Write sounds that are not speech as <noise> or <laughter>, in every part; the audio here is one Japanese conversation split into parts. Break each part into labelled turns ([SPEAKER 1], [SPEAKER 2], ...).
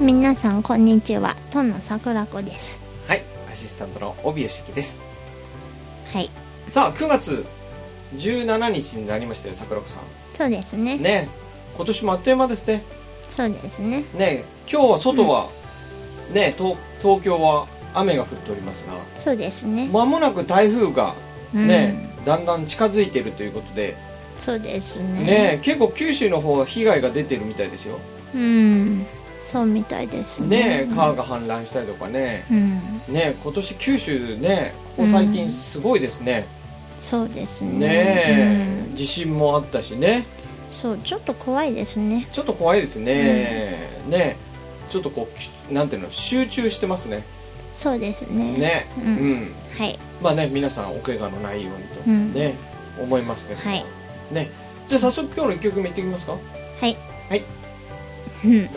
[SPEAKER 1] 皆さんこんにちはとのさくらこです
[SPEAKER 2] はいアシスタントの帯吉樹です
[SPEAKER 1] はい
[SPEAKER 2] さあ9月17日になりましたよ桜子さ
[SPEAKER 1] そうですね
[SPEAKER 2] んね今年もあっという間ですね
[SPEAKER 1] そうですね
[SPEAKER 2] ね今日は外は、ね東東京は雨が降っておりますが
[SPEAKER 1] そうですね
[SPEAKER 2] まもなく台風が
[SPEAKER 1] うん
[SPEAKER 2] ね、だんだん近づいてるということで、
[SPEAKER 1] そうですね
[SPEAKER 2] ね結構九州の方は被害が出てるみたいですよ
[SPEAKER 1] うんそうみたいですね
[SPEAKER 2] ね川が氾濫したりとかね
[SPEAKER 1] うん
[SPEAKER 2] ね今年九州ねここ最近すごいですね、
[SPEAKER 1] そうですね
[SPEAKER 2] ね
[SPEAKER 1] うん
[SPEAKER 2] 地震もあったしね
[SPEAKER 1] そうちょっと怖いですね
[SPEAKER 2] ちょっと怖いですね、ねちょっとこうきなんていうの集中してますね
[SPEAKER 1] そうですね
[SPEAKER 2] ね
[SPEAKER 1] う
[SPEAKER 2] うんん、
[SPEAKER 1] はい
[SPEAKER 2] まあね皆さんお怪我のないようにと、
[SPEAKER 1] うん
[SPEAKER 2] ね思いますけど、
[SPEAKER 1] はい
[SPEAKER 2] ねじゃあ早速今日の1曲目いってきますか <laughs>
[SPEAKER 1] はい
[SPEAKER 2] はい
[SPEAKER 1] うん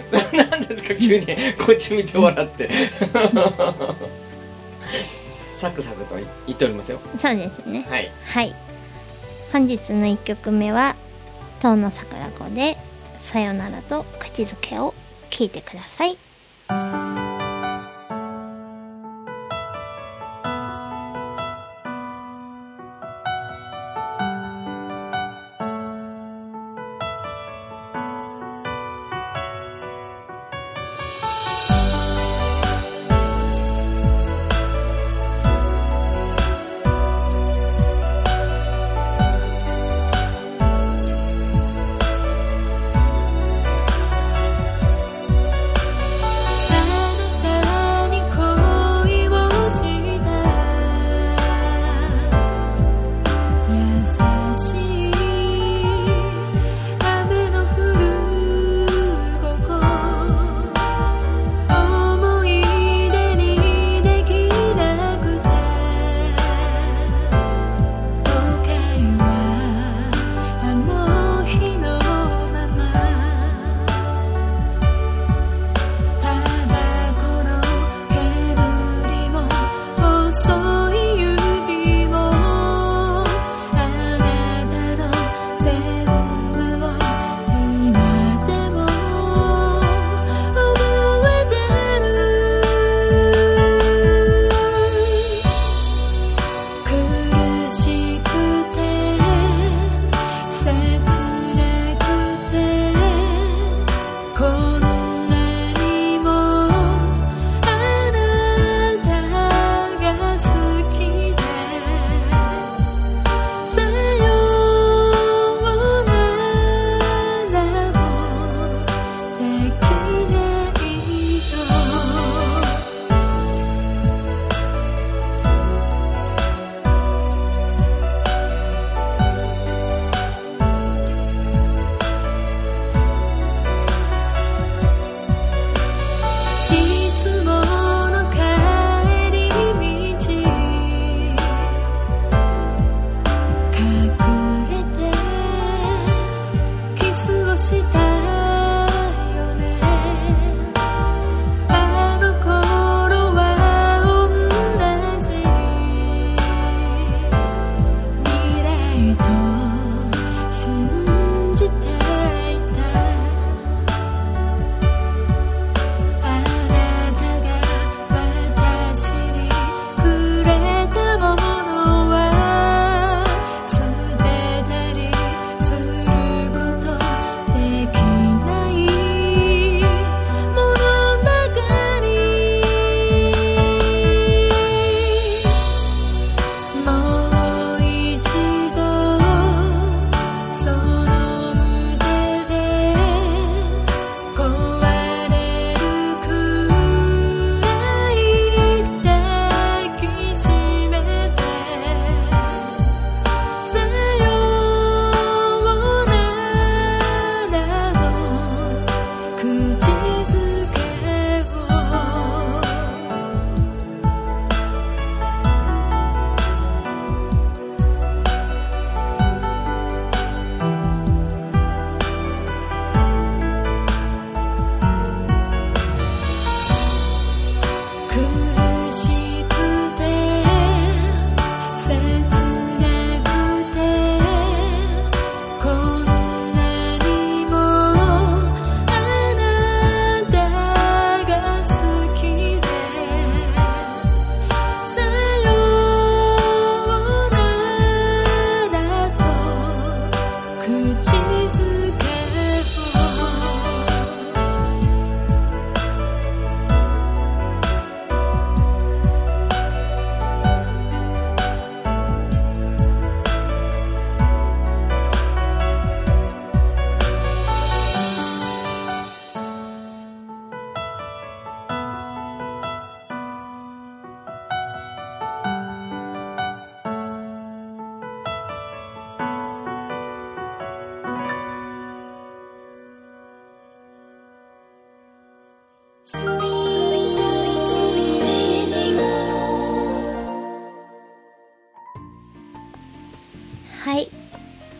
[SPEAKER 2] 何ですか急に
[SPEAKER 1] <laughs>
[SPEAKER 2] こっち見て笑ってサクサクと言っておりますよ
[SPEAKER 1] そうですね
[SPEAKER 2] はい
[SPEAKER 1] はい本日の1曲目は遠野桜子で「さよならと口づけ」を聞いてください
[SPEAKER 3] 「さ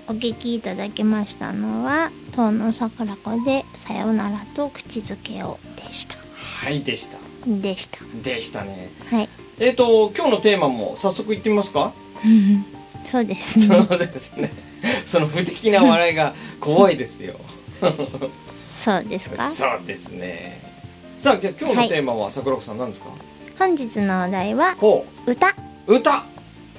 [SPEAKER 1] お聴きいただきましたのは「遠野桜子でさよならと口づけを」でした
[SPEAKER 2] はいでした
[SPEAKER 1] でした
[SPEAKER 2] でしたね
[SPEAKER 1] はい
[SPEAKER 2] えっ、と今日のテーマも早速いってみますか
[SPEAKER 1] うんそうです
[SPEAKER 2] そ
[SPEAKER 1] ね
[SPEAKER 2] うですねその不敵な笑いが怖いですよ
[SPEAKER 1] そうですか
[SPEAKER 2] そうですねさあじゃあ今日のテーマは桜子さん何ですか、
[SPEAKER 1] 本日のお題は
[SPEAKER 2] ほ
[SPEAKER 1] 「歌
[SPEAKER 2] う歌」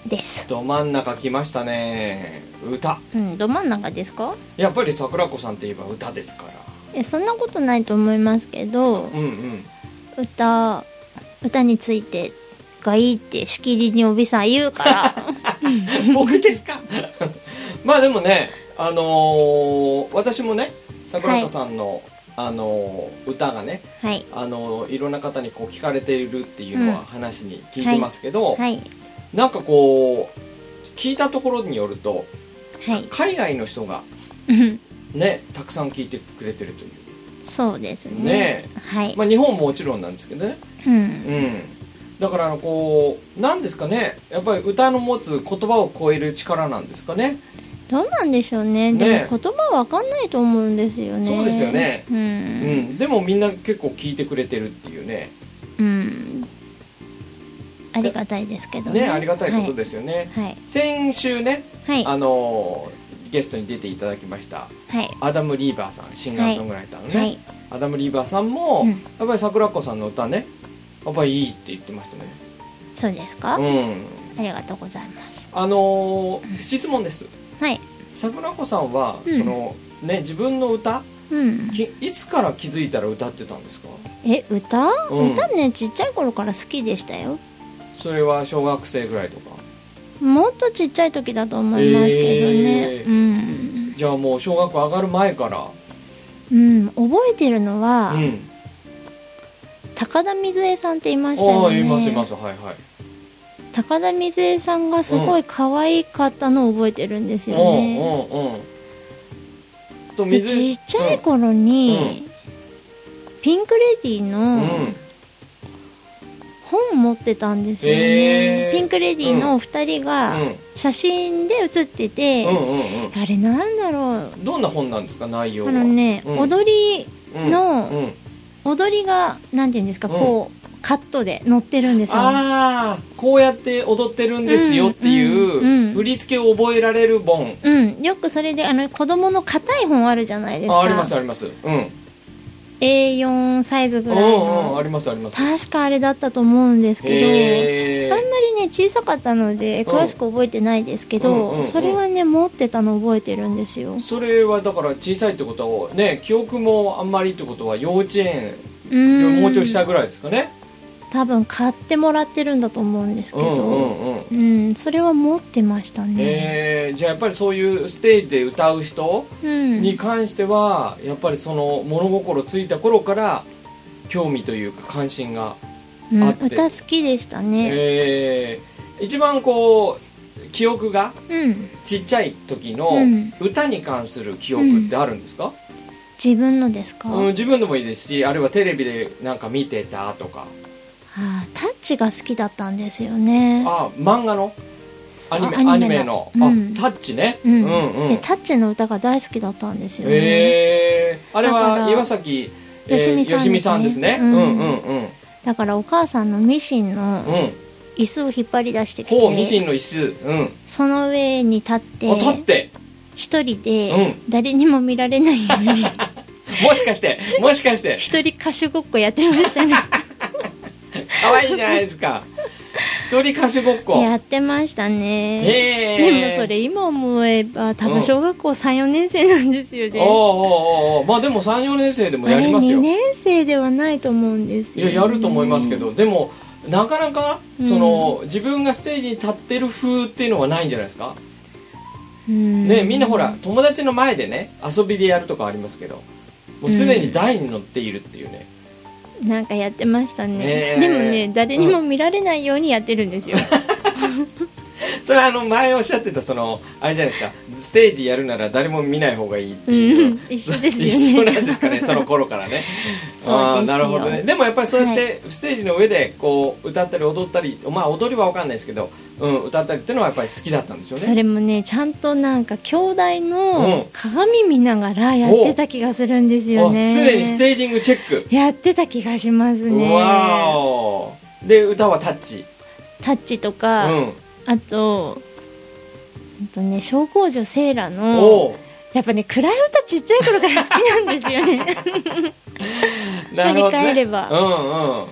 [SPEAKER 1] です
[SPEAKER 2] ど真ん中来ましたね歌
[SPEAKER 1] うんど真ん中ですか
[SPEAKER 2] やっぱり桜子さんといえば歌ですから
[SPEAKER 1] えそんなことないと思いますけど
[SPEAKER 2] うん <laughs> うん
[SPEAKER 1] 歌歌についてがいいってしきりにおびさん言うから
[SPEAKER 2] <laughs> 僕です <laughs> かまあでもねあのー私もね桜子さんの、あのー歌がね、
[SPEAKER 1] はい
[SPEAKER 2] あのーいろんな方にこう聞かれているっていうの
[SPEAKER 1] う
[SPEAKER 2] は
[SPEAKER 1] ん
[SPEAKER 2] 話に聞いてますけど、
[SPEAKER 1] はい
[SPEAKER 2] なんかこう聞いたところによると
[SPEAKER 1] はい <laughs>
[SPEAKER 2] 海外の人が
[SPEAKER 1] うん
[SPEAKER 2] ねたくさん聞いてくれてるとい
[SPEAKER 1] そうです
[SPEAKER 2] う
[SPEAKER 1] ね
[SPEAKER 2] ね
[SPEAKER 1] はい、
[SPEAKER 2] まあ、日本ももちろんなんですけどね
[SPEAKER 1] うん
[SPEAKER 2] うんだからあのこうなんですかねやっぱり歌の持つ言葉を超える力なんですかね
[SPEAKER 1] どうなんでしょうね
[SPEAKER 2] ね
[SPEAKER 1] でも言葉わかんないと思うんですよね
[SPEAKER 2] そうですよね
[SPEAKER 1] う
[SPEAKER 2] うん
[SPEAKER 1] ん、
[SPEAKER 2] でもみんな結構聞いてくれてるっていうね
[SPEAKER 1] うんありがたいですけどね
[SPEAKER 2] ねありがたいことですよね、
[SPEAKER 1] はい
[SPEAKER 2] 先週ね
[SPEAKER 1] はいは
[SPEAKER 2] あ
[SPEAKER 1] い
[SPEAKER 2] のゲストに出ていただきました
[SPEAKER 1] はい
[SPEAKER 2] アダム・リーバーさんシンガーソングライターのね、
[SPEAKER 1] はい
[SPEAKER 2] アダム・リーバーさんも、
[SPEAKER 1] うん
[SPEAKER 2] やっぱり桜子さんの歌ねやっぱりいいって言ってましたね
[SPEAKER 1] そうですか、
[SPEAKER 2] うん
[SPEAKER 1] ありがとうございます
[SPEAKER 2] あのー質問です
[SPEAKER 1] はい
[SPEAKER 2] 桜子さんは、
[SPEAKER 1] うん
[SPEAKER 2] そのね自分の歌
[SPEAKER 1] うん
[SPEAKER 2] きいつから気づいたら歌ってたんですか
[SPEAKER 1] え歌、
[SPEAKER 2] うん
[SPEAKER 1] 歌ねちっちゃい頃から好きでしたよ
[SPEAKER 2] それは小学生ぐらいとか
[SPEAKER 1] もっとちっちゃい時だと思いますけどね、
[SPEAKER 2] えー
[SPEAKER 1] うん、
[SPEAKER 2] じゃあもう小学校上がる前から
[SPEAKER 1] うん、覚えてるのは、
[SPEAKER 2] うん
[SPEAKER 1] 高田水江さんっていました
[SPEAKER 2] あ
[SPEAKER 1] よ
[SPEAKER 2] あ
[SPEAKER 1] ね
[SPEAKER 2] いますいますはいはい
[SPEAKER 1] 高田水江さんがすごい可愛かったのを覚えてるんですよね、
[SPEAKER 2] うんうんうんと
[SPEAKER 1] でちっちゃい頃に、ピンク・レディー
[SPEAKER 2] う
[SPEAKER 1] の
[SPEAKER 2] ん、うん
[SPEAKER 1] 本持ってたんですよね、
[SPEAKER 2] えー
[SPEAKER 1] ピンク・レディーのお二人
[SPEAKER 2] う
[SPEAKER 1] が
[SPEAKER 2] ん
[SPEAKER 1] 写真で写ってて、
[SPEAKER 2] うんうんうん
[SPEAKER 1] あれなんだろ
[SPEAKER 2] どんな本なんですか内容
[SPEAKER 1] う
[SPEAKER 2] は
[SPEAKER 1] あのね、
[SPEAKER 2] うん
[SPEAKER 1] 踊りの
[SPEAKER 2] うんうん
[SPEAKER 1] 踊りがなんていうんですか、こうカットで乗ってるんですよね
[SPEAKER 2] ああこうやって踊ってるんですよってい
[SPEAKER 1] うんうんう
[SPEAKER 2] うん振り付けを覚えられる本
[SPEAKER 1] うん、よくそれであの子供の硬い本あるじゃないです
[SPEAKER 2] あ
[SPEAKER 1] か
[SPEAKER 2] ありますありますうん
[SPEAKER 1] A4 サイズ
[SPEAKER 2] う
[SPEAKER 1] ぐ
[SPEAKER 2] ん
[SPEAKER 1] らいの、
[SPEAKER 2] うんありますあります
[SPEAKER 1] 確かあれだったと思うんですけ
[SPEAKER 2] へ
[SPEAKER 1] どあんま
[SPEAKER 2] え
[SPEAKER 1] りね小さかったので
[SPEAKER 2] うん
[SPEAKER 1] 詳しく覚えてないですけど、
[SPEAKER 2] うんうんうん
[SPEAKER 1] それはね持ってたの覚えてるんですよ、
[SPEAKER 2] それはだから小さいってことはね記憶もあんまりってことは幼稚園
[SPEAKER 1] う
[SPEAKER 2] よ
[SPEAKER 1] ん
[SPEAKER 2] りもうちょい下ぐらいですかね
[SPEAKER 1] 多分買ってもらってるんだと思うんですけ
[SPEAKER 2] う
[SPEAKER 1] ど、
[SPEAKER 2] ん
[SPEAKER 1] う
[SPEAKER 2] うんんうん
[SPEAKER 1] それは持ってましたね、
[SPEAKER 2] えー、じゃあやっぱりそういうステージで歌う人
[SPEAKER 1] うん、
[SPEAKER 2] に関しては、やっぱりその物心ついた頃から興味というか関心が、
[SPEAKER 1] うん
[SPEAKER 2] あって
[SPEAKER 1] 歌好きでしたね、
[SPEAKER 2] えー一番こう記憶が
[SPEAKER 1] うん
[SPEAKER 2] ちっちゃい時
[SPEAKER 1] う
[SPEAKER 2] の
[SPEAKER 1] ん、
[SPEAKER 2] 歌に関する記憶ってあるんですか、
[SPEAKER 1] 自分のですか、
[SPEAKER 2] うん自分でもいいですしあるいはテレビでなんか見てたとか
[SPEAKER 1] あータッチが好きだったんですよね
[SPEAKER 2] あ漫画のアニメ
[SPEAKER 1] そう
[SPEAKER 2] アニメの、
[SPEAKER 1] うん
[SPEAKER 2] あタッチね、
[SPEAKER 1] うん
[SPEAKER 2] うんうん
[SPEAKER 1] でタッチの歌が大好きだったんですよね、
[SPEAKER 2] えー、あれ
[SPEAKER 1] だか
[SPEAKER 2] は
[SPEAKER 1] ら
[SPEAKER 2] 岩崎え
[SPEAKER 1] よしみ
[SPEAKER 2] ー
[SPEAKER 1] さんですね
[SPEAKER 2] よしみさんですね。う
[SPEAKER 1] うんん
[SPEAKER 2] うんうん
[SPEAKER 1] だからお母さんのミシン
[SPEAKER 2] う
[SPEAKER 1] の
[SPEAKER 2] ん。
[SPEAKER 1] 椅子を引っ張り出してき
[SPEAKER 2] ほうミシ
[SPEAKER 1] て
[SPEAKER 2] ンの椅子。うん。
[SPEAKER 1] その上に立って
[SPEAKER 2] お立って。
[SPEAKER 1] 一人
[SPEAKER 2] う
[SPEAKER 1] で
[SPEAKER 2] ん
[SPEAKER 1] 誰にも見られないよ
[SPEAKER 2] <laughs>
[SPEAKER 1] うに
[SPEAKER 2] もしかしてもしかして
[SPEAKER 1] 一人歌手ごっこやってました
[SPEAKER 2] <laughs>
[SPEAKER 1] ね
[SPEAKER 2] 可愛いじゃないです
[SPEAKER 1] <laughs>
[SPEAKER 2] か。一人歌手ごっこ。
[SPEAKER 1] やってましたね、
[SPEAKER 2] えー
[SPEAKER 1] でもそ。れ今思えば多分小学校34年生なんですよ
[SPEAKER 2] お
[SPEAKER 1] ね、
[SPEAKER 2] うおうおうおうまあでも三四年生でも
[SPEAKER 1] あ
[SPEAKER 2] や
[SPEAKER 1] れ
[SPEAKER 2] ります
[SPEAKER 1] 2
[SPEAKER 2] よ。
[SPEAKER 1] 年生ではないと思うんです
[SPEAKER 2] い
[SPEAKER 1] よ、
[SPEAKER 2] や
[SPEAKER 1] ね、
[SPEAKER 2] やると思いますけど、でもなかなか
[SPEAKER 1] うん
[SPEAKER 2] その、自分がステージに立ってる風っていうのはないんじゃないですか。
[SPEAKER 1] うん、
[SPEAKER 2] ね、みんなほら友達の前でね遊びでやるとかありますけどもうすでに台に乗っているっていうね、
[SPEAKER 1] なんかやってましたね、
[SPEAKER 2] ね
[SPEAKER 1] <laughs>
[SPEAKER 2] え
[SPEAKER 1] でもね誰にも見られないようにやってるんですよ、
[SPEAKER 2] <laughs> それはあの前おっしゃってたそのあれじゃないですかステージやるなら誰も見ない方がいいってい
[SPEAKER 1] う
[SPEAKER 2] うの
[SPEAKER 1] ん一緒ですよね
[SPEAKER 2] 一緒なんですかね <laughs> その頃からね
[SPEAKER 1] すよ
[SPEAKER 2] ああなるほどねでもやっぱりそうやってステージの上でこう歌ったり踊ったりまあ踊りは分かんないですけど、うん、歌ったりっていうのはやっぱり好きだったんでしょうね
[SPEAKER 1] それもねちゃんとなんか兄弟
[SPEAKER 2] うん
[SPEAKER 1] の鏡見ながらやってた気がするんですよね
[SPEAKER 2] おすでにステージングチェック、
[SPEAKER 1] やってた気がしますね
[SPEAKER 2] わおで歌はタッチ
[SPEAKER 1] タッチと
[SPEAKER 2] う
[SPEAKER 1] か、
[SPEAKER 2] ん
[SPEAKER 1] あとあとね小公女セーラ
[SPEAKER 2] お
[SPEAKER 1] の
[SPEAKER 2] う
[SPEAKER 1] やっぱね暗い歌ちっちゃい頃から好きなんですよね
[SPEAKER 2] <laughs> なるほど、ね、
[SPEAKER 1] 振り返れば
[SPEAKER 2] うんうん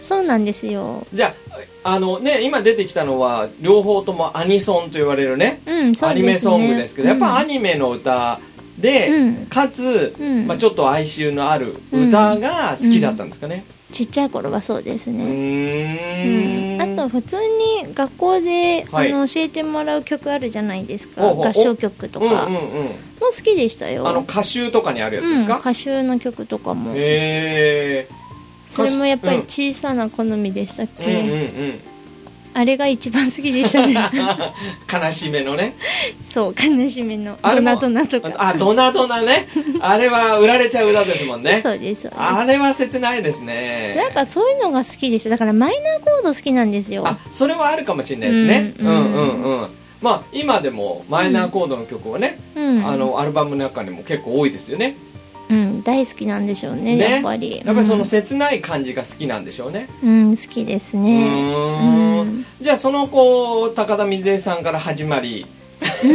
[SPEAKER 1] そうなんですよ
[SPEAKER 2] じゃああのね今出てきたのは両方ともアニソンと言われるね
[SPEAKER 1] うんそ
[SPEAKER 2] ア
[SPEAKER 1] うですね
[SPEAKER 2] ニメソングですけど、やっぱアニメの歌で、
[SPEAKER 1] うん
[SPEAKER 2] かつ、
[SPEAKER 1] うん
[SPEAKER 2] まあ、ちょっと哀愁のある歌が好きだったんですかね、
[SPEAKER 1] ちっちゃい頃はそうです
[SPEAKER 2] う
[SPEAKER 1] ね、う
[SPEAKER 2] ーん
[SPEAKER 1] ん、あと普通に学校で、
[SPEAKER 2] はい
[SPEAKER 1] あの教えてもらう曲あるじゃないですか
[SPEAKER 2] ほうほう
[SPEAKER 1] 合唱曲と
[SPEAKER 2] うん
[SPEAKER 1] か、
[SPEAKER 2] うん
[SPEAKER 1] も
[SPEAKER 2] うん
[SPEAKER 1] 好きでしたよ
[SPEAKER 2] あの歌集とかにあるやつです
[SPEAKER 1] うん、
[SPEAKER 2] か、
[SPEAKER 1] 歌集の曲とかも
[SPEAKER 2] へえ
[SPEAKER 1] それもやっぱり
[SPEAKER 2] 歌
[SPEAKER 1] 小さな好みでしたっ
[SPEAKER 2] うんうん
[SPEAKER 1] け、あれが一番好きでした
[SPEAKER 2] う
[SPEAKER 1] ね
[SPEAKER 2] ん <laughs> 悲しめのね
[SPEAKER 1] そう悲しみの
[SPEAKER 2] あれ
[SPEAKER 1] ド
[SPEAKER 2] も
[SPEAKER 1] ナドナとか、
[SPEAKER 2] あドナドナねあれは売られちゃう歌ですもんね
[SPEAKER 1] そうですそうです
[SPEAKER 2] あれは切ないですね
[SPEAKER 1] なんかそういうのが好きでしただからマイナーコード好きなんですよ
[SPEAKER 2] あそれはあるかもしれないですね、う、
[SPEAKER 1] うんん
[SPEAKER 2] うん
[SPEAKER 1] うん
[SPEAKER 2] うんまあ今でもマイナーコードの曲はね、
[SPEAKER 1] うん
[SPEAKER 2] あのアルバムの中にも結構多いですよね
[SPEAKER 1] うん、大好きなんでしょうね
[SPEAKER 2] ね
[SPEAKER 1] やっぱり
[SPEAKER 2] やっぱりその切ない感じが好きなんでしょうね
[SPEAKER 1] うん、うん好きです
[SPEAKER 2] う
[SPEAKER 1] ね
[SPEAKER 2] ー
[SPEAKER 1] うんん
[SPEAKER 2] じゃあそのこう高田瑞生さんから始まり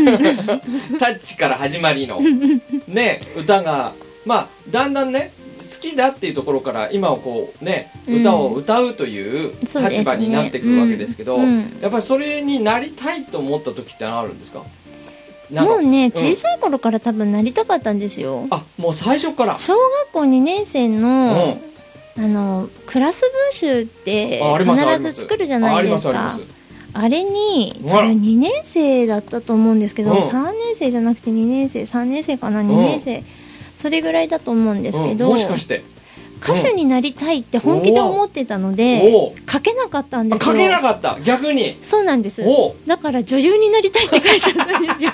[SPEAKER 2] タッチから始まりのね歌がまあだんだんね好きだっていうところから今をこうね
[SPEAKER 1] うん
[SPEAKER 2] 歌を歌うという
[SPEAKER 1] そうですね
[SPEAKER 2] 立場になってくるわけですけど、
[SPEAKER 1] うんうん
[SPEAKER 2] やっぱりそれになりたいと思った時ってあるんですかなんか
[SPEAKER 1] もうね小さい頃から多分なりたかったんですよ、
[SPEAKER 2] あもう最初から
[SPEAKER 1] 小学校2年生の、あのクラス文集って
[SPEAKER 2] あありますあり
[SPEAKER 1] 必
[SPEAKER 2] ます
[SPEAKER 1] ず作るじゃないです
[SPEAKER 2] あありま
[SPEAKER 1] か
[SPEAKER 2] すあります
[SPEAKER 1] あれに
[SPEAKER 2] あ
[SPEAKER 1] 多
[SPEAKER 2] ら
[SPEAKER 1] 分2年生だったと思うんですけど、
[SPEAKER 2] うん
[SPEAKER 1] 3年生じゃなくて2年生3年生かな2
[SPEAKER 2] ん
[SPEAKER 1] 年生、それぐらいだと思うんですけど、
[SPEAKER 2] うんもしかして
[SPEAKER 1] 歌手になりたいって本気で思ってたので
[SPEAKER 2] おお
[SPEAKER 1] 書けなかったんですよ
[SPEAKER 2] 書けなかった逆に
[SPEAKER 1] そうなんです
[SPEAKER 2] おお
[SPEAKER 1] だから女優になりたいって書いちゃったんですよ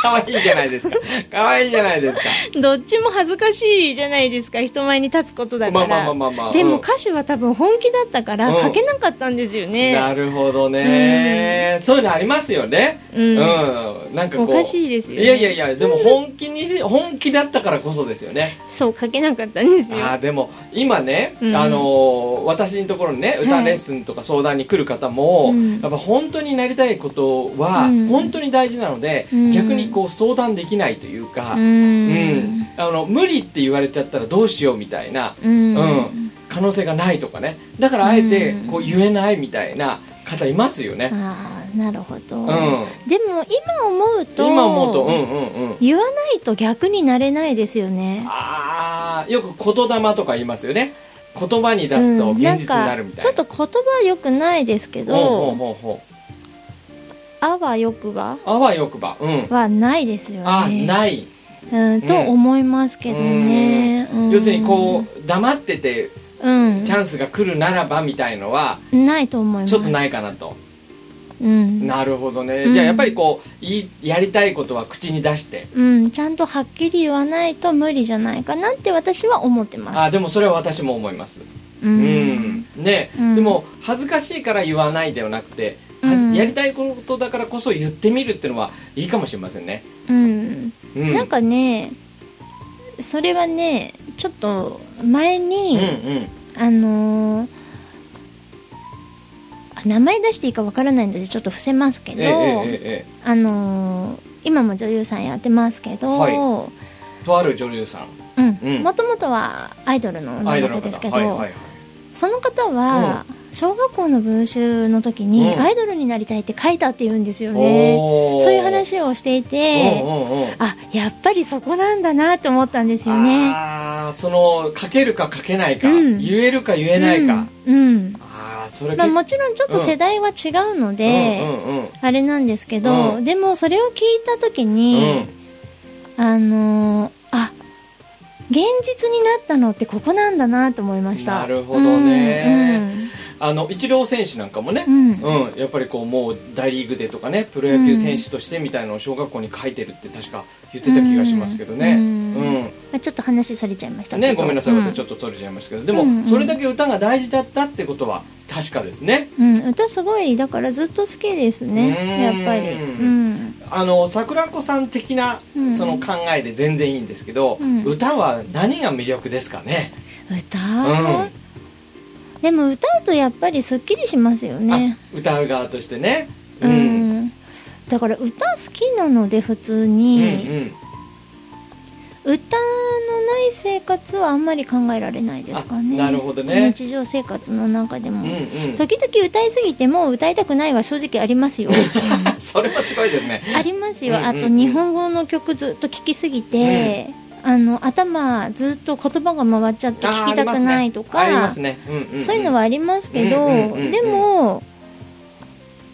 [SPEAKER 2] 可愛いじゃないですか可愛いじゃないですか
[SPEAKER 1] どっちも恥ずかしいじゃないですか人前に立つことだから、
[SPEAKER 2] まあまあまあまあまあ
[SPEAKER 1] で
[SPEAKER 2] うん
[SPEAKER 1] も歌手は多分本気だったから
[SPEAKER 2] うん
[SPEAKER 1] 書けなかったんですよね、
[SPEAKER 2] なるほどね、そういうのありますよね
[SPEAKER 1] う
[SPEAKER 2] うんん、なんかこう
[SPEAKER 1] おかしいですよね
[SPEAKER 2] いやいやいやでも本気に本気だったからこそですよね
[SPEAKER 1] そう書けなかったんですよ
[SPEAKER 2] あーでも今ね、
[SPEAKER 1] うん
[SPEAKER 2] あのー私のところにね歌レッスンとか相談に来る方も、
[SPEAKER 1] うん
[SPEAKER 2] やっぱ本当になりたいことは
[SPEAKER 1] うん
[SPEAKER 2] 本当に大事なので、
[SPEAKER 1] うん
[SPEAKER 2] 逆にこう相談できないというか、
[SPEAKER 1] う
[SPEAKER 2] うん
[SPEAKER 1] ん、
[SPEAKER 2] あの無理って言われちゃったらどうしようみたいな、
[SPEAKER 1] うん
[SPEAKER 2] うん可能性がないとかねだからあえて
[SPEAKER 1] うん
[SPEAKER 2] こう言えないみたいな方いますよね。
[SPEAKER 1] ああなるほど、
[SPEAKER 2] うん、
[SPEAKER 1] でも今思うと
[SPEAKER 2] 今思うと、うんうんうん、
[SPEAKER 1] 言わないと逆になれないですよね
[SPEAKER 2] あーよく言霊とか言いますよね言葉に出すと
[SPEAKER 1] うん
[SPEAKER 2] 現実になるみたいな,、
[SPEAKER 1] んかちょっと言葉はよくないですけ
[SPEAKER 2] ほうほう
[SPEAKER 1] ど
[SPEAKER 2] ほうほう
[SPEAKER 1] 「あ」はよくば
[SPEAKER 2] あわよくばうん
[SPEAKER 1] はないですよね
[SPEAKER 2] あない、
[SPEAKER 1] うん、と思いますけどね、うん
[SPEAKER 2] 要するにこう黙ってて
[SPEAKER 1] う、うん、
[SPEAKER 2] チャンスが来るならばみたいのは
[SPEAKER 1] ないと思います
[SPEAKER 2] ちょっとないかなと、
[SPEAKER 1] うん、
[SPEAKER 2] なるほどね、
[SPEAKER 1] うん
[SPEAKER 2] じゃあやっぱりこういやりたいことは口に出して
[SPEAKER 1] うん、ちゃんとはっきり言わないと無理じゃないかなって私は思ってます
[SPEAKER 2] あでもそれは私も思います
[SPEAKER 1] う
[SPEAKER 2] うんん、ね、
[SPEAKER 1] うん
[SPEAKER 2] でも恥ずかしいから言わないではなくて、はず
[SPEAKER 1] うん
[SPEAKER 2] やりたいことだからこそ言ってみるっていうのはいいかもしれませんね、
[SPEAKER 1] うん
[SPEAKER 2] うん、
[SPEAKER 1] なんかねそれはねちょっと前
[SPEAKER 2] うん
[SPEAKER 1] に、
[SPEAKER 2] うん
[SPEAKER 1] あのーあ名前出していいかわからないのでちょっと伏せますけど、
[SPEAKER 2] えええええ
[SPEAKER 1] あのー今も女優さんやってますけど、
[SPEAKER 2] はいえとある女優さんうん
[SPEAKER 1] もともとはアイドルの
[SPEAKER 2] ア
[SPEAKER 1] 女
[SPEAKER 2] イド
[SPEAKER 1] の
[SPEAKER 2] ル
[SPEAKER 1] 子
[SPEAKER 2] の方
[SPEAKER 1] ですけど、
[SPEAKER 2] はいはいはい
[SPEAKER 1] その方は小学校の文集の時に
[SPEAKER 2] うん
[SPEAKER 1] アイドルになりたいって書いたって言うんですよね、
[SPEAKER 2] おー
[SPEAKER 1] そういう話をしていて、
[SPEAKER 2] うんうんうん
[SPEAKER 1] あやっぱりそこなんだなと思ったんですよね。
[SPEAKER 2] あーその書けるか書けないか、
[SPEAKER 1] うん
[SPEAKER 2] 言えるか言えないか、
[SPEAKER 1] うんうん
[SPEAKER 2] ああそれ
[SPEAKER 1] まあ、
[SPEAKER 2] 結構
[SPEAKER 1] もちろんちょっと世代は違うので、
[SPEAKER 2] うんうんうん
[SPEAKER 1] あれなんですけど、
[SPEAKER 2] うん
[SPEAKER 1] でもそれを聞いた時
[SPEAKER 2] うん
[SPEAKER 1] に、あのーあ現実になったのってここなんだなと思いました
[SPEAKER 2] なるほどね
[SPEAKER 1] うんうん
[SPEAKER 2] あのイチロー選手なんかもね、
[SPEAKER 1] うん
[SPEAKER 2] うん、やっぱりこうもう大リーグでとかねプロ野球選手としてみたいなのを小学校に書いてるって確か言ってた気がしますけどね。
[SPEAKER 1] う
[SPEAKER 2] うんん
[SPEAKER 1] まあ、ちょっと話それちゃいましたけど
[SPEAKER 2] ね、ごめんなさい、
[SPEAKER 1] う
[SPEAKER 2] またちょっと取れちゃいましたけどで
[SPEAKER 1] うんう
[SPEAKER 2] も
[SPEAKER 1] ん
[SPEAKER 2] それだけ歌が大事だったってことは確かですね。
[SPEAKER 1] うん、歌すごいだからずっと好きですねや
[SPEAKER 2] うーん
[SPEAKER 1] っぱりうん
[SPEAKER 2] あの桜子さん的な
[SPEAKER 1] うん
[SPEAKER 2] その考えで全然いいんですけど、
[SPEAKER 1] うん
[SPEAKER 2] 歌は何が魅力ですかね
[SPEAKER 1] 歌、
[SPEAKER 2] うん
[SPEAKER 1] でも歌うとやっぱりすっきりしますよね
[SPEAKER 2] あ歌う側としてね。う
[SPEAKER 1] うんん、だから歌好きなので普通
[SPEAKER 2] うんう
[SPEAKER 1] に、
[SPEAKER 2] ん、
[SPEAKER 1] 歌のない生活はあんまり考えられないですかね
[SPEAKER 2] あなるほどね
[SPEAKER 1] 日常生活の中でも、
[SPEAKER 2] うんうん
[SPEAKER 1] 時々歌いすぎてもう歌いたくないは正直ありますよ
[SPEAKER 2] <laughs> それはすごいですね。
[SPEAKER 1] ありますよ、
[SPEAKER 2] うんうんうん
[SPEAKER 1] あと日本語の曲ずっと聴きすぎて、あの頭ずっと言葉が回っちゃって聞きたくないとか
[SPEAKER 2] あーありますね。ありますねうんうんん
[SPEAKER 1] そういうのはありますけど、
[SPEAKER 2] うんうんうんうん
[SPEAKER 1] でも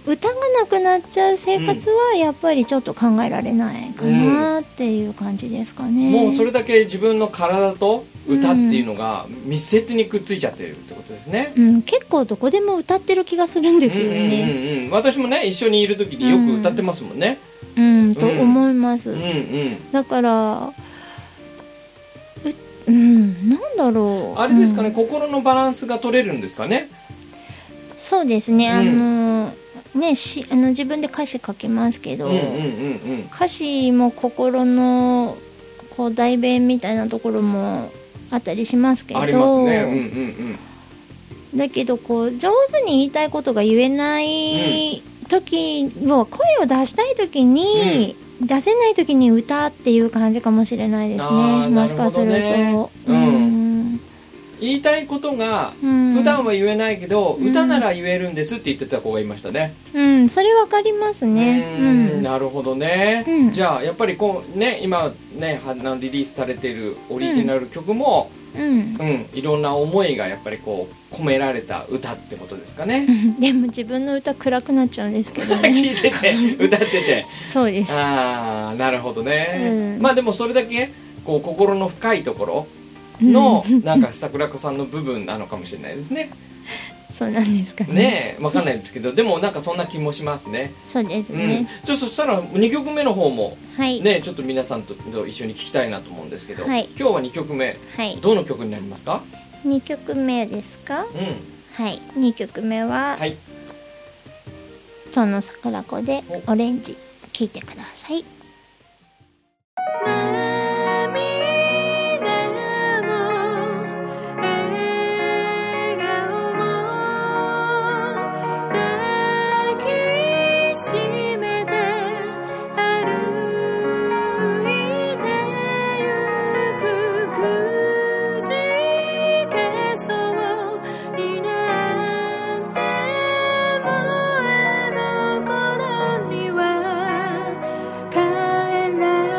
[SPEAKER 1] 歌がなくなっちゃう生活はやっぱりちょっと考えられないかなっていう感じですかね。
[SPEAKER 2] もうそれだけ自分の体と歌っていうのが密接にくっついちゃってるってことですね。
[SPEAKER 1] うん、結構どこでも歌ってる気がするんですよ
[SPEAKER 2] うん
[SPEAKER 1] ね。
[SPEAKER 2] うんうんうん、私もね一緒にいる時によく歌ってますもんね。
[SPEAKER 1] うん、と思います。
[SPEAKER 2] うんうん。
[SPEAKER 1] だから、ううん、なんだろう。
[SPEAKER 2] あれですか
[SPEAKER 1] う
[SPEAKER 2] ね、
[SPEAKER 1] ん
[SPEAKER 2] 心のバランスが取れるんですかね。
[SPEAKER 1] そうですね、
[SPEAKER 2] うん
[SPEAKER 1] あのねしあの自分で歌詞書きますけ
[SPEAKER 2] う
[SPEAKER 1] ど、
[SPEAKER 2] んうんうん
[SPEAKER 1] 歌詞も心のこう代弁みたいなところもあったりしますけ
[SPEAKER 2] うん。
[SPEAKER 1] ど
[SPEAKER 2] ありますね。うんうん
[SPEAKER 1] だけどこう上手に言いたいことが言えない時も声を出したい時に、出せない時に歌っていう感じかもしれないです
[SPEAKER 2] あ
[SPEAKER 1] ね
[SPEAKER 2] ー
[SPEAKER 1] もしかする
[SPEAKER 2] なるほ
[SPEAKER 1] と。
[SPEAKER 2] どね
[SPEAKER 1] ん
[SPEAKER 2] うん。言いたいことが
[SPEAKER 1] うん
[SPEAKER 2] 普段は言えないけど、
[SPEAKER 1] うん
[SPEAKER 2] 歌なら言えるんですって言ってた子がいましたね。
[SPEAKER 1] うん、それわかりますね。
[SPEAKER 2] う
[SPEAKER 1] うんん
[SPEAKER 2] なるほどね、
[SPEAKER 1] うん
[SPEAKER 2] じゃあやっぱりこうね今ねはあのリリースされているオリジナル曲も、
[SPEAKER 1] うん
[SPEAKER 2] うんいろんな思いがやっぱりこう込められた歌ってことですかね
[SPEAKER 1] でも自分の歌暗くなっちゃうんですけどね。
[SPEAKER 2] <laughs> 聞いてて歌ってて
[SPEAKER 1] そうです。
[SPEAKER 2] ああなるほどね、
[SPEAKER 1] うん
[SPEAKER 2] まあでもそれだけこう心の深いところの
[SPEAKER 1] うん
[SPEAKER 2] なんか桜子さんの部分なのかもしれないです
[SPEAKER 1] <laughs>
[SPEAKER 2] ね
[SPEAKER 1] そうなんですかね。
[SPEAKER 2] ねえわかんないですけどでもなんかそんな気もしますね
[SPEAKER 1] そうです
[SPEAKER 2] うん
[SPEAKER 1] ね。
[SPEAKER 2] じゃあそしたら2曲目の方も
[SPEAKER 1] はい、
[SPEAKER 2] ね、ちょっと皆さんと一緒に聞きたいなと思うんですけど、
[SPEAKER 1] はい
[SPEAKER 2] 今日は2曲目
[SPEAKER 1] はい、
[SPEAKER 2] どの曲になりますか、
[SPEAKER 1] 二曲目ですか。
[SPEAKER 2] うん、
[SPEAKER 1] はい、二曲目は、
[SPEAKER 2] はい
[SPEAKER 1] 遠野桜子でオレンジ聞いてください。
[SPEAKER 3] 「風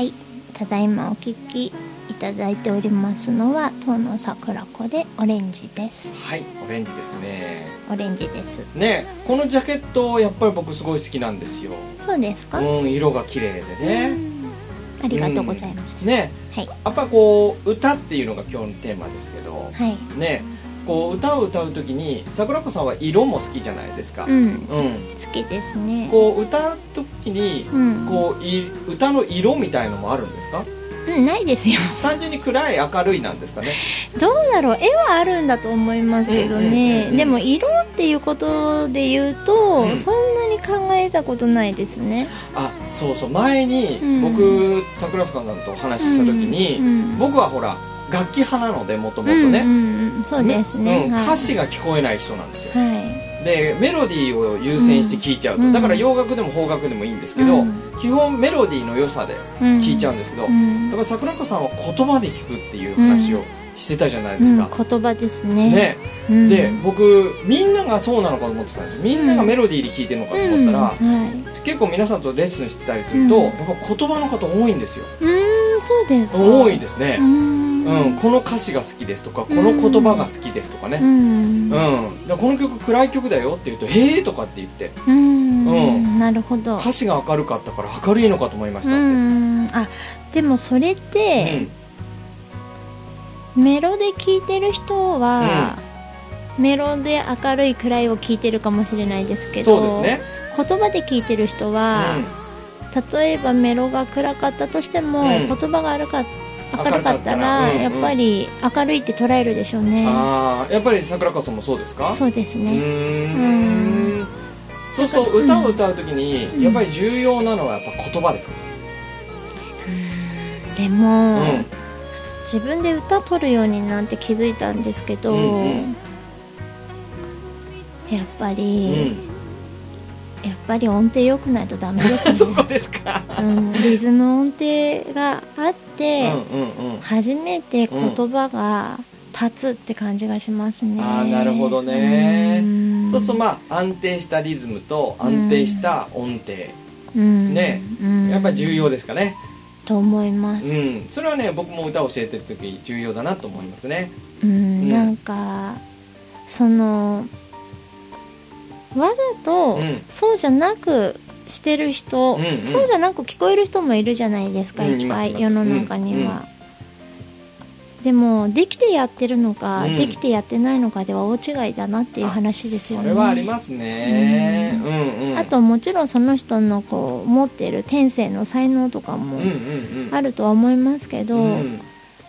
[SPEAKER 1] 聴きいただいておりますのは遠野桜子でオレンジです
[SPEAKER 2] はいオレンジですね
[SPEAKER 1] オレンジです
[SPEAKER 2] ねこのジャケットやっぱり僕すごい好きなんですよ
[SPEAKER 1] そうですか、
[SPEAKER 2] うん色が綺麗で
[SPEAKER 1] う
[SPEAKER 2] ね
[SPEAKER 1] んありがとうございます、
[SPEAKER 2] ね
[SPEAKER 1] はい
[SPEAKER 2] やっぱこう歌っていうのが今日のテーマですけど
[SPEAKER 1] はい
[SPEAKER 2] ねこう歌を歌う時に桜子さんは色も好きじゃないですか
[SPEAKER 1] う、ん
[SPEAKER 2] うん、
[SPEAKER 1] 好きですね
[SPEAKER 2] こう歌う時に
[SPEAKER 1] うん
[SPEAKER 2] こうい歌の色みたいのもあるんですか
[SPEAKER 1] うんないですよ
[SPEAKER 2] 単純に暗い明るいなんですかね
[SPEAKER 1] どうだろう絵はあるんだと思いますけど
[SPEAKER 2] うんうんうん
[SPEAKER 1] ね
[SPEAKER 2] うん
[SPEAKER 1] でも色っていうことで言うと、
[SPEAKER 2] うん
[SPEAKER 1] そんなに考えたことないですね
[SPEAKER 2] あそうそう前に
[SPEAKER 1] うん
[SPEAKER 2] 僕桜塚さんとお話しした時に、
[SPEAKER 1] うん
[SPEAKER 2] 僕はほら楽器派なのでもともと
[SPEAKER 1] う
[SPEAKER 2] ね,
[SPEAKER 1] んうんうんそう
[SPEAKER 2] ね、
[SPEAKER 1] ですね
[SPEAKER 2] うん
[SPEAKER 1] はい
[SPEAKER 2] 歌詞が聞こえない人なんですよ
[SPEAKER 1] はい
[SPEAKER 2] でメロディーを優先して聴いちゃうと、
[SPEAKER 1] うん
[SPEAKER 2] だから洋楽でも邦楽でもいいんですけど、基本メロディーの良さで聴いちゃうんですけど、
[SPEAKER 1] うんうん
[SPEAKER 2] だから桜子さんは言葉で聞くっていう話をしてたじゃないですか、
[SPEAKER 1] 言葉ですね
[SPEAKER 2] ね、
[SPEAKER 1] うん
[SPEAKER 2] で僕みんながそうなのかと思ってたんですよみんながメロディーで聴いてるのかと思ったら、
[SPEAKER 1] うんはい、
[SPEAKER 2] 結構皆さんとレッスンしてたりすると、
[SPEAKER 1] うん
[SPEAKER 2] やっぱ言葉の方多いんですよ、
[SPEAKER 1] うーんそうですか
[SPEAKER 2] 多いです
[SPEAKER 1] う
[SPEAKER 2] ね、
[SPEAKER 1] ん
[SPEAKER 2] うんこの歌詞が好きですとかこの言葉が好きですとか
[SPEAKER 1] う
[SPEAKER 2] ね、
[SPEAKER 1] ん
[SPEAKER 2] うんだからこの曲暗い曲だよって言うと「へえ」とかって言って
[SPEAKER 1] うん
[SPEAKER 2] うん
[SPEAKER 1] なるほど
[SPEAKER 2] 歌詞が明るかったから明るいのかと思いまし
[SPEAKER 1] う
[SPEAKER 2] たって、
[SPEAKER 1] んあでもそれっ
[SPEAKER 2] う
[SPEAKER 1] て、
[SPEAKER 2] ん
[SPEAKER 1] メロで聴いてる人は、メロで明るい暗いを聴いてるかもしれないですけ
[SPEAKER 2] そう
[SPEAKER 1] ど
[SPEAKER 2] ですね、
[SPEAKER 1] 言葉で聴いてる人は、例えばメロが暗かったとしても、
[SPEAKER 2] う
[SPEAKER 1] 言
[SPEAKER 2] ん
[SPEAKER 1] 葉が明るか明
[SPEAKER 2] 明る
[SPEAKER 1] る
[SPEAKER 2] か
[SPEAKER 1] か
[SPEAKER 2] っ
[SPEAKER 1] ったた
[SPEAKER 2] ら
[SPEAKER 1] ら、
[SPEAKER 2] うんうん
[SPEAKER 1] やっぱり明るいって捉えるでしょう
[SPEAKER 2] うん、
[SPEAKER 1] ね
[SPEAKER 2] ああやっぱり桜子さんもそうですか
[SPEAKER 1] そうです
[SPEAKER 2] う
[SPEAKER 1] ね
[SPEAKER 2] ーんそうすると歌を歌うときにやっぱり重要なのはやっぱ言葉ですか、
[SPEAKER 1] うんでも、自分で歌取るようになんて気づいたんですけど、
[SPEAKER 2] うんうん
[SPEAKER 1] やっぱ
[SPEAKER 2] うん
[SPEAKER 1] り、やっぱり音程良くないとダメです
[SPEAKER 2] うん
[SPEAKER 1] ね
[SPEAKER 2] <laughs> そこですか
[SPEAKER 1] うん、リズム音程があっ
[SPEAKER 2] うん
[SPEAKER 1] て、
[SPEAKER 2] うんうん
[SPEAKER 1] 初めて言葉が立つって感じがしますね、
[SPEAKER 2] あーなるほどね
[SPEAKER 1] ん
[SPEAKER 2] そうするとまあ安定したリズムと安定した音程、
[SPEAKER 1] うん
[SPEAKER 2] ね
[SPEAKER 1] うん
[SPEAKER 2] やっぱり重要ですかね
[SPEAKER 1] と思いま
[SPEAKER 2] う
[SPEAKER 1] す、
[SPEAKER 2] んそれはね僕も歌を教えてる時重要だなと思いますね
[SPEAKER 1] うん
[SPEAKER 2] ん
[SPEAKER 1] なんかそのわざと、
[SPEAKER 2] うん
[SPEAKER 1] そうじゃなくしてる人、
[SPEAKER 2] うんうん
[SPEAKER 1] そうじゃなく聞こえる人もいるじゃないですか、
[SPEAKER 2] うん
[SPEAKER 1] いっぱ
[SPEAKER 2] い
[SPEAKER 1] い
[SPEAKER 2] ますい
[SPEAKER 1] 世
[SPEAKER 2] ま
[SPEAKER 1] の
[SPEAKER 2] す
[SPEAKER 1] 中には。でもできてやってるのか、
[SPEAKER 2] うん
[SPEAKER 1] できてやってないのかでは大違いだなっていう話ですよね。
[SPEAKER 2] それはありますねう
[SPEAKER 1] うん
[SPEAKER 2] うん
[SPEAKER 1] あともちろんその人のこう持ってる天性の才能とか
[SPEAKER 2] う
[SPEAKER 1] も
[SPEAKER 2] んうんうん
[SPEAKER 1] あるとは思いますけど、
[SPEAKER 2] うん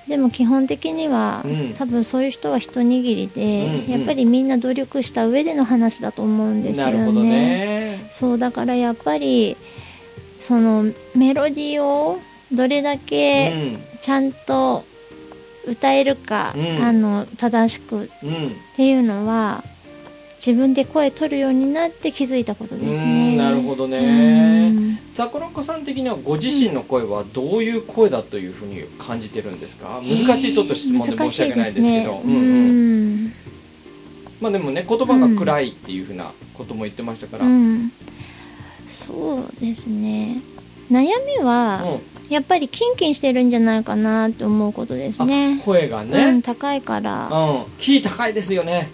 [SPEAKER 1] でも基本的には、
[SPEAKER 2] うん
[SPEAKER 1] 多分そういう人は一握りで、
[SPEAKER 2] うんうん
[SPEAKER 1] やっぱりみんな努力した上での話だと思うんですよ
[SPEAKER 2] なるほどね
[SPEAKER 1] そうだからやっぱりそのメロディーをどれだけちゃんと歌えるか、
[SPEAKER 2] うん
[SPEAKER 1] あの正しくっ
[SPEAKER 2] うんうん
[SPEAKER 1] ていうのは自分で声取るようになって気づいたことです
[SPEAKER 2] う
[SPEAKER 1] ね。
[SPEAKER 2] んなるほど
[SPEAKER 1] う
[SPEAKER 2] ね
[SPEAKER 1] ん
[SPEAKER 2] 桜子さん的にはご自身の声はどういう声だというふうに感じてるんですか難しいちょっと質問で申し訳ないですけど
[SPEAKER 1] 難しいですね
[SPEAKER 2] うんうん
[SPEAKER 1] うん
[SPEAKER 2] まあでもね言葉が暗いっていうふうなことも言ってましたから、
[SPEAKER 1] うんそうですね悩みは
[SPEAKER 2] う
[SPEAKER 1] やっぱりキンキンしてるんじゃないかなと思うことです
[SPEAKER 2] ん
[SPEAKER 1] ね
[SPEAKER 2] あ。声が
[SPEAKER 1] う
[SPEAKER 2] ね
[SPEAKER 1] ん、、高いから
[SPEAKER 2] う。んキー高いですよね、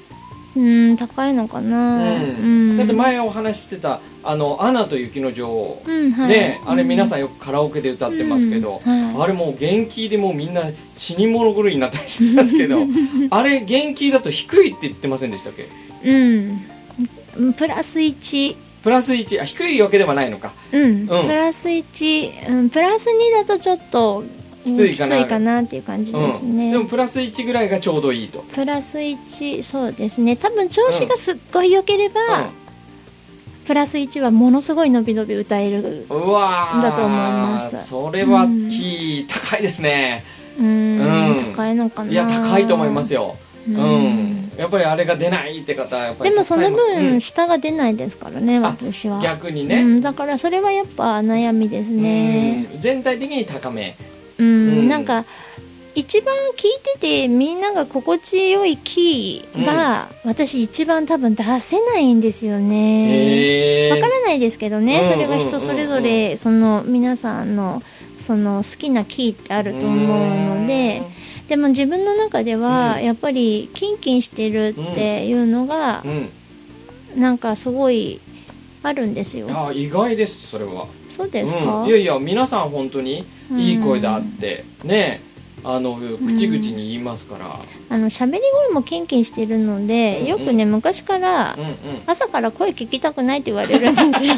[SPEAKER 1] うん高いのか
[SPEAKER 2] う
[SPEAKER 1] な、うん
[SPEAKER 2] んだって
[SPEAKER 1] 前
[SPEAKER 2] 前お話ししてた「あのアナと雪の女王」
[SPEAKER 1] うんはい、
[SPEAKER 2] ね、あれ皆さ
[SPEAKER 1] ん
[SPEAKER 2] んよくカラオケで歌ってますけど、あれもう元気でもうみんな死に物狂いになったりします
[SPEAKER 1] <laughs>
[SPEAKER 2] けどあれ元気だと低いって言ってませんでしたっけ
[SPEAKER 1] うんプラス1
[SPEAKER 2] プラス1あ低いわけではないのか
[SPEAKER 1] うん、
[SPEAKER 2] ん
[SPEAKER 1] プラス1、うん、プラス2だとちょっと
[SPEAKER 2] きついか
[SPEAKER 1] う
[SPEAKER 2] な
[SPEAKER 1] んきついかなっていう感じです
[SPEAKER 2] うん、
[SPEAKER 1] ね、
[SPEAKER 2] でもプラス1ぐらいがちょうどいいと、
[SPEAKER 1] プラス1そうですね多分調子がすっごい良ければ、プラス1はものすごい伸び伸び歌える
[SPEAKER 2] うん、うわー
[SPEAKER 1] だと思います
[SPEAKER 2] それはキー高いですね、
[SPEAKER 1] うん
[SPEAKER 2] うん
[SPEAKER 1] 高いのかない
[SPEAKER 2] や高いと思いますよ、
[SPEAKER 1] う
[SPEAKER 2] うん
[SPEAKER 1] ん、
[SPEAKER 2] やっぱりあれが出ないって方はやっぱり
[SPEAKER 1] でもその
[SPEAKER 2] たくさんいますう
[SPEAKER 1] 分
[SPEAKER 2] ん
[SPEAKER 1] 下が出ないですからね、
[SPEAKER 2] あ
[SPEAKER 1] 私は
[SPEAKER 2] 逆にね、
[SPEAKER 1] うん、だからそれはやっぱ悩みですね
[SPEAKER 2] うん全体的に高め
[SPEAKER 1] うん、
[SPEAKER 2] うん
[SPEAKER 1] なんか一番聞いててみんなが心地よいキーが、私一番多分出せないんですよね
[SPEAKER 2] へえ
[SPEAKER 1] わからないですけどね、
[SPEAKER 2] うん
[SPEAKER 1] それが人それぞれ、その皆さんのその好きなキーってあると思うのででも自分の中では
[SPEAKER 2] うん
[SPEAKER 1] やっぱりキンキンしてるっていうのが
[SPEAKER 2] うーんうん
[SPEAKER 1] なんかすごいあるんですよ。
[SPEAKER 2] あ意外ですそれは
[SPEAKER 1] そうですか、
[SPEAKER 2] うん、いやいや皆さん本当に
[SPEAKER 1] うん
[SPEAKER 2] いい声だって、ねあの口々に言いますから、
[SPEAKER 1] あの喋り声もキンキンしてるので、
[SPEAKER 2] うん
[SPEAKER 1] よくね昔から
[SPEAKER 2] うんうん
[SPEAKER 1] 朝から声聞きたくないって言われるんです
[SPEAKER 2] <laughs>
[SPEAKER 1] よ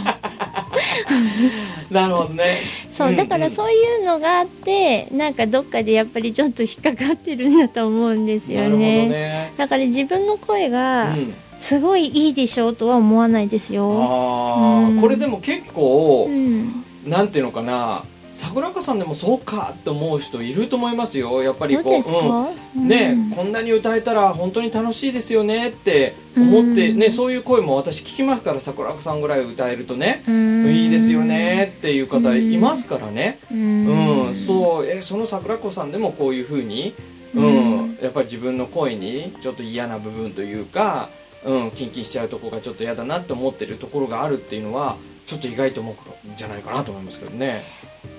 [SPEAKER 2] なるほどね
[SPEAKER 1] そうだから
[SPEAKER 2] う
[SPEAKER 1] そういうのがあってなんかどっかでやっぱりちょっと引っかかってるんだと思うんです
[SPEAKER 2] ん
[SPEAKER 1] よ
[SPEAKER 2] なるほど
[SPEAKER 1] ね
[SPEAKER 2] ね、
[SPEAKER 1] だから自分の声
[SPEAKER 2] う
[SPEAKER 1] が
[SPEAKER 2] ん、
[SPEAKER 1] すごいいいでしょうとは思わないですよ、
[SPEAKER 2] あー、
[SPEAKER 1] うん
[SPEAKER 2] これでも結構、
[SPEAKER 1] うん、
[SPEAKER 2] なんていうのかな桜川さんでもそうかって思う人いると思いますよやっぱり
[SPEAKER 1] そう
[SPEAKER 2] こ
[SPEAKER 1] です
[SPEAKER 2] う
[SPEAKER 1] か、
[SPEAKER 2] うん
[SPEAKER 1] うん
[SPEAKER 2] ねこんなに歌えたら本当に楽しいですよねって思って、
[SPEAKER 1] うん
[SPEAKER 2] ね、そういう声も私聞きますから桜川さんぐらい歌えるとね、
[SPEAKER 1] うん
[SPEAKER 2] いいですよねっていう方
[SPEAKER 1] うん
[SPEAKER 2] いますからね、
[SPEAKER 1] う
[SPEAKER 2] うん
[SPEAKER 1] ん
[SPEAKER 2] そうえその桜子さんでもこういうふうに、うん
[SPEAKER 1] うん
[SPEAKER 2] やっぱり自分の声にちょっと嫌な部分というか、うん、キンキンしちゃうとこがちょっと嫌だなって思ってるところがあるっていうのはちょっと意外と思うんじゃないかなと思いますけどね。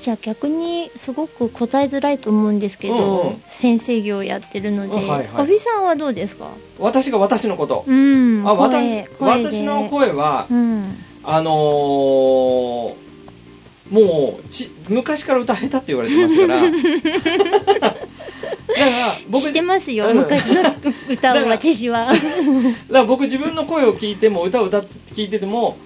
[SPEAKER 1] じゃあ逆にすごく答えづらいと思うんですけど、
[SPEAKER 2] うんうん
[SPEAKER 1] 先生業やってるので、
[SPEAKER 2] あはいはい
[SPEAKER 1] おびさんはどうですか、
[SPEAKER 2] 私が私のこと、
[SPEAKER 1] うん、
[SPEAKER 2] あ
[SPEAKER 1] 声
[SPEAKER 2] 私
[SPEAKER 1] 声で
[SPEAKER 2] 私の声は、
[SPEAKER 1] うん
[SPEAKER 2] あのーもうち昔から歌下手って言われてますからだ
[SPEAKER 1] <laughs>
[SPEAKER 2] から僕
[SPEAKER 1] 知ってますよ
[SPEAKER 2] うん
[SPEAKER 1] 昔
[SPEAKER 2] <laughs>
[SPEAKER 1] の歌
[SPEAKER 2] だか
[SPEAKER 1] を
[SPEAKER 2] ら
[SPEAKER 1] 私は
[SPEAKER 2] だから僕自分の声を聞いても歌を歌って聞いてても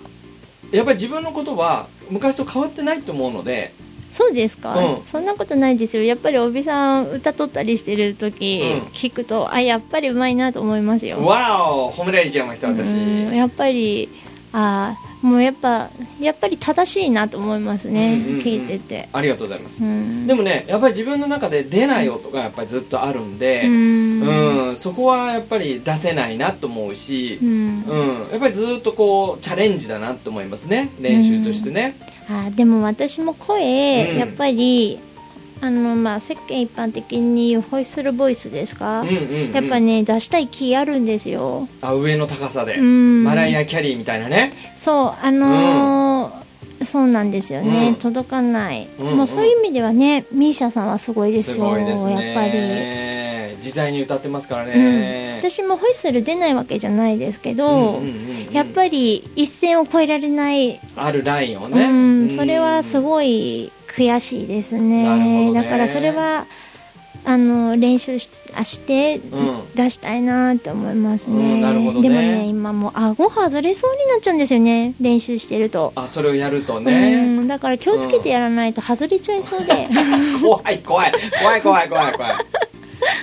[SPEAKER 2] やっぱり自分のことは昔と変わってないと思うので、
[SPEAKER 1] そうですか、
[SPEAKER 2] うん
[SPEAKER 1] そんなことないですよやっぱりおびさん歌取ったりしてる時、
[SPEAKER 2] うん
[SPEAKER 1] 聞くとあやっぱりうまいなと思いますよ
[SPEAKER 2] わお褒められちゃいました私、
[SPEAKER 1] うんやっぱりあーもうやっぱやっぱり正しいなと思いますね、
[SPEAKER 2] うんうんうん
[SPEAKER 1] 聞いてて、
[SPEAKER 2] ありがとうございます
[SPEAKER 1] う、ん、
[SPEAKER 2] で
[SPEAKER 1] も
[SPEAKER 2] もねやっぱり自分の中で出ない音がやっぱりずっとあるんで、
[SPEAKER 1] うん
[SPEAKER 2] うんそこはやっぱり出せないなと思うし
[SPEAKER 1] う、ん
[SPEAKER 2] うん、やっぱりずっとこうチャレンジだなと思いますね練習としてね、
[SPEAKER 1] あーでも私も声、
[SPEAKER 2] うん
[SPEAKER 1] やっぱりあのまあ世間一般的にホイッスルボイスですか、
[SPEAKER 2] うんうんうん
[SPEAKER 1] やっぱね出したい気あるんですよ、
[SPEAKER 2] あ上の高さで、
[SPEAKER 1] うん、
[SPEAKER 2] マライア・キャリーみたいなね
[SPEAKER 1] そうあのーそうなんですよね、
[SPEAKER 2] うん
[SPEAKER 1] 届かない、
[SPEAKER 2] うんうん
[SPEAKER 1] もうそういう意味ではねミーシャさんはすごいですよ
[SPEAKER 2] すごいで
[SPEAKER 1] や
[SPEAKER 2] す
[SPEAKER 1] っぱり、
[SPEAKER 2] ね自在に歌ってますから
[SPEAKER 1] うん、
[SPEAKER 2] ね、
[SPEAKER 1] 私もホイッスル出ないわけじゃないですけど、やっ
[SPEAKER 2] り
[SPEAKER 1] ぱり一線を越えられない
[SPEAKER 2] あるラインをね、
[SPEAKER 1] うん、それはす
[SPEAKER 2] い
[SPEAKER 1] ごい悔しいです
[SPEAKER 2] なる
[SPEAKER 1] ね
[SPEAKER 2] ほどね
[SPEAKER 1] だからそれはあの練習しあして
[SPEAKER 2] うん
[SPEAKER 1] 出したいなって思いますね,、
[SPEAKER 2] うんなるほどね
[SPEAKER 1] でもね今もう顎外れそうになっちゃうんですよね練習してると、
[SPEAKER 2] あそれをやると
[SPEAKER 1] う
[SPEAKER 2] ね、
[SPEAKER 1] んだから気をつけてやらないと外れちゃいそうで、
[SPEAKER 2] <laughs> 怖い怖い怖い怖い怖い怖い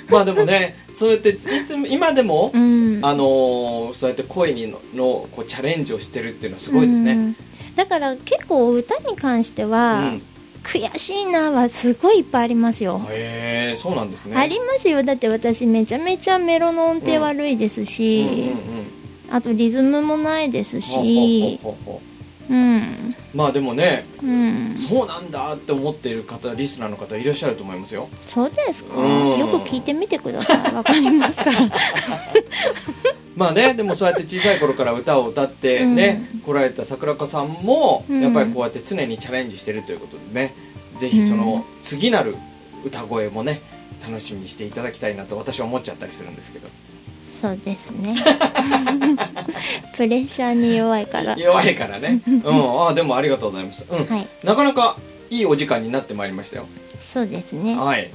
[SPEAKER 2] まあでもねそうやっていつも今でも、
[SPEAKER 1] <laughs> うん、
[SPEAKER 2] <laughs> あのーそうやって声にののこうチャレンジをしてるっていうのはすごいです
[SPEAKER 1] う
[SPEAKER 2] ね、
[SPEAKER 1] んだから結構歌に関して
[SPEAKER 2] うん
[SPEAKER 1] は、悔しいなはすごいいっぱいありますよ、
[SPEAKER 2] へえそうなんですね
[SPEAKER 1] ありますよだって私めちゃめちゃメロの音程悪いですし、
[SPEAKER 2] うんうんうん
[SPEAKER 1] あとリズムもないです
[SPEAKER 2] ほうほう
[SPEAKER 1] し、
[SPEAKER 2] ほうほ
[SPEAKER 1] うん、
[SPEAKER 2] うまあでもね、
[SPEAKER 1] うん、
[SPEAKER 2] そうなんだって思っている方リスナーの方いらっしゃると思いますよ
[SPEAKER 1] そうですか。
[SPEAKER 2] うん
[SPEAKER 1] よく聞いてみてください。わかりますか
[SPEAKER 2] <laughs>
[SPEAKER 1] ら。
[SPEAKER 2] まあね、でもそうやって小さい頃から歌を歌ってね、来られた桜子さんも
[SPEAKER 1] うん
[SPEAKER 2] やっぱりこうやって常にチャレンジしてるということでね、ぜひその次なる歌声もね楽しみにしていただきたいなと私は思っちゃったりするんですけど
[SPEAKER 1] そうですね。プレッシャーに弱いから。はい。
[SPEAKER 2] 弱いから
[SPEAKER 1] <laughs>
[SPEAKER 2] ね、うん、あでもありがとうございます、うんなかなかいいお時間になってまいりましたよ
[SPEAKER 1] そうですね。
[SPEAKER 2] はい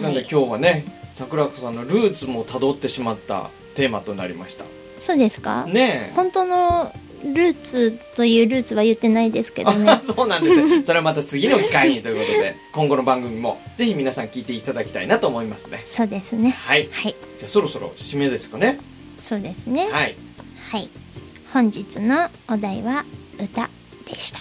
[SPEAKER 2] なんで今日はね桜子さんのルーツもたどってしまったテーマとなりました
[SPEAKER 1] そうですか。
[SPEAKER 2] ねえ
[SPEAKER 1] 本当のルーツというルーツは言ってないですけどね
[SPEAKER 2] <laughs> あ。そうなんですねそれはまた次の機会にということで今後の番組もぜひ皆さん聞いていただきたいなと思いますね
[SPEAKER 1] そうですね。
[SPEAKER 2] はい
[SPEAKER 1] はい。
[SPEAKER 2] じゃあそろそろ締めですかね
[SPEAKER 1] そうですね。
[SPEAKER 2] はい
[SPEAKER 1] はい。本日のお題は歌でした。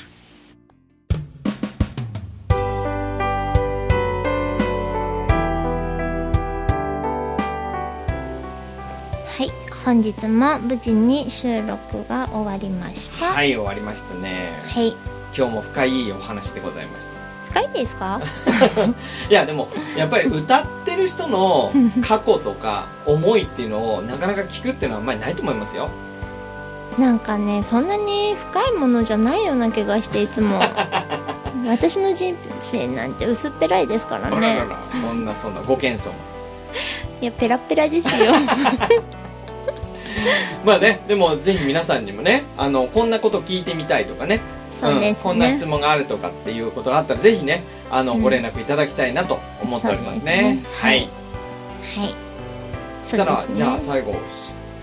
[SPEAKER 1] はい。本日も無事に収録が終わりました。
[SPEAKER 2] は
[SPEAKER 1] はい。
[SPEAKER 2] い終わりましたね今日も深いお話でございまし
[SPEAKER 1] 深いです
[SPEAKER 2] <laughs>
[SPEAKER 1] か？
[SPEAKER 2] たいやでもやっぱり歌ってる人の過去とか思いっていうのをなかなか聞くっていうのはあんまりないと思いますよ <laughs>
[SPEAKER 1] なんかね、そんなに深いものじゃないような気がしていつも。うん私の人生なんて薄っぺらいですから
[SPEAKER 2] あらら
[SPEAKER 1] ね
[SPEAKER 2] らそんなそんなご謙遜
[SPEAKER 1] いやペラペラです
[SPEAKER 2] <laughs>
[SPEAKER 1] よ
[SPEAKER 2] まあねでもぜひ皆さんにもねあのこんなこと聞いてみたいとかね
[SPEAKER 1] そうですね、
[SPEAKER 2] ん、こんな質問があるとかっていうことがあったらぜひねあの、
[SPEAKER 1] うん
[SPEAKER 2] ご連絡いただきたいなと思っておりますね
[SPEAKER 1] そうですね
[SPEAKER 2] はい、
[SPEAKER 1] はいはい
[SPEAKER 2] そしたら、
[SPEAKER 1] そうですね
[SPEAKER 2] じゃあ最後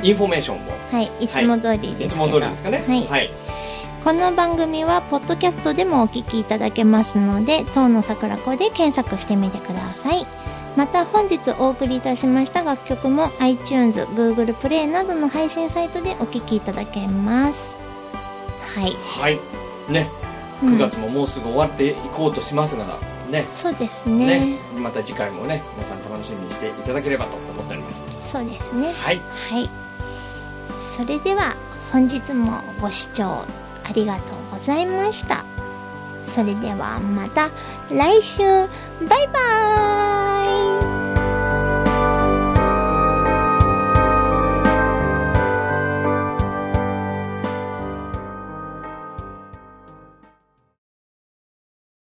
[SPEAKER 2] インフォメーションを
[SPEAKER 1] はいいつも通り
[SPEAKER 2] い
[SPEAKER 1] です
[SPEAKER 2] つ
[SPEAKER 1] けど、
[SPEAKER 2] も通りですかね
[SPEAKER 1] はい
[SPEAKER 2] はい、
[SPEAKER 1] この番組はポッドキャストでもお聞きいただけますので「当の桜子」で検索してみてくださいまた本日お送りいたしました楽曲も iTunes、Google プレイなどの配信サイトでお聞きいただけますはい、
[SPEAKER 2] はいね
[SPEAKER 1] うん
[SPEAKER 2] 9月ももうすぐ終わっていこうとしますが、ね
[SPEAKER 1] そうです
[SPEAKER 2] ね
[SPEAKER 1] ね
[SPEAKER 2] また次回もね皆さん楽しみにしていただければと思っております
[SPEAKER 1] そうですね
[SPEAKER 2] はい
[SPEAKER 1] はいそれでは本日もご視聴ありがとうございましたそれではまた来週バイバーイ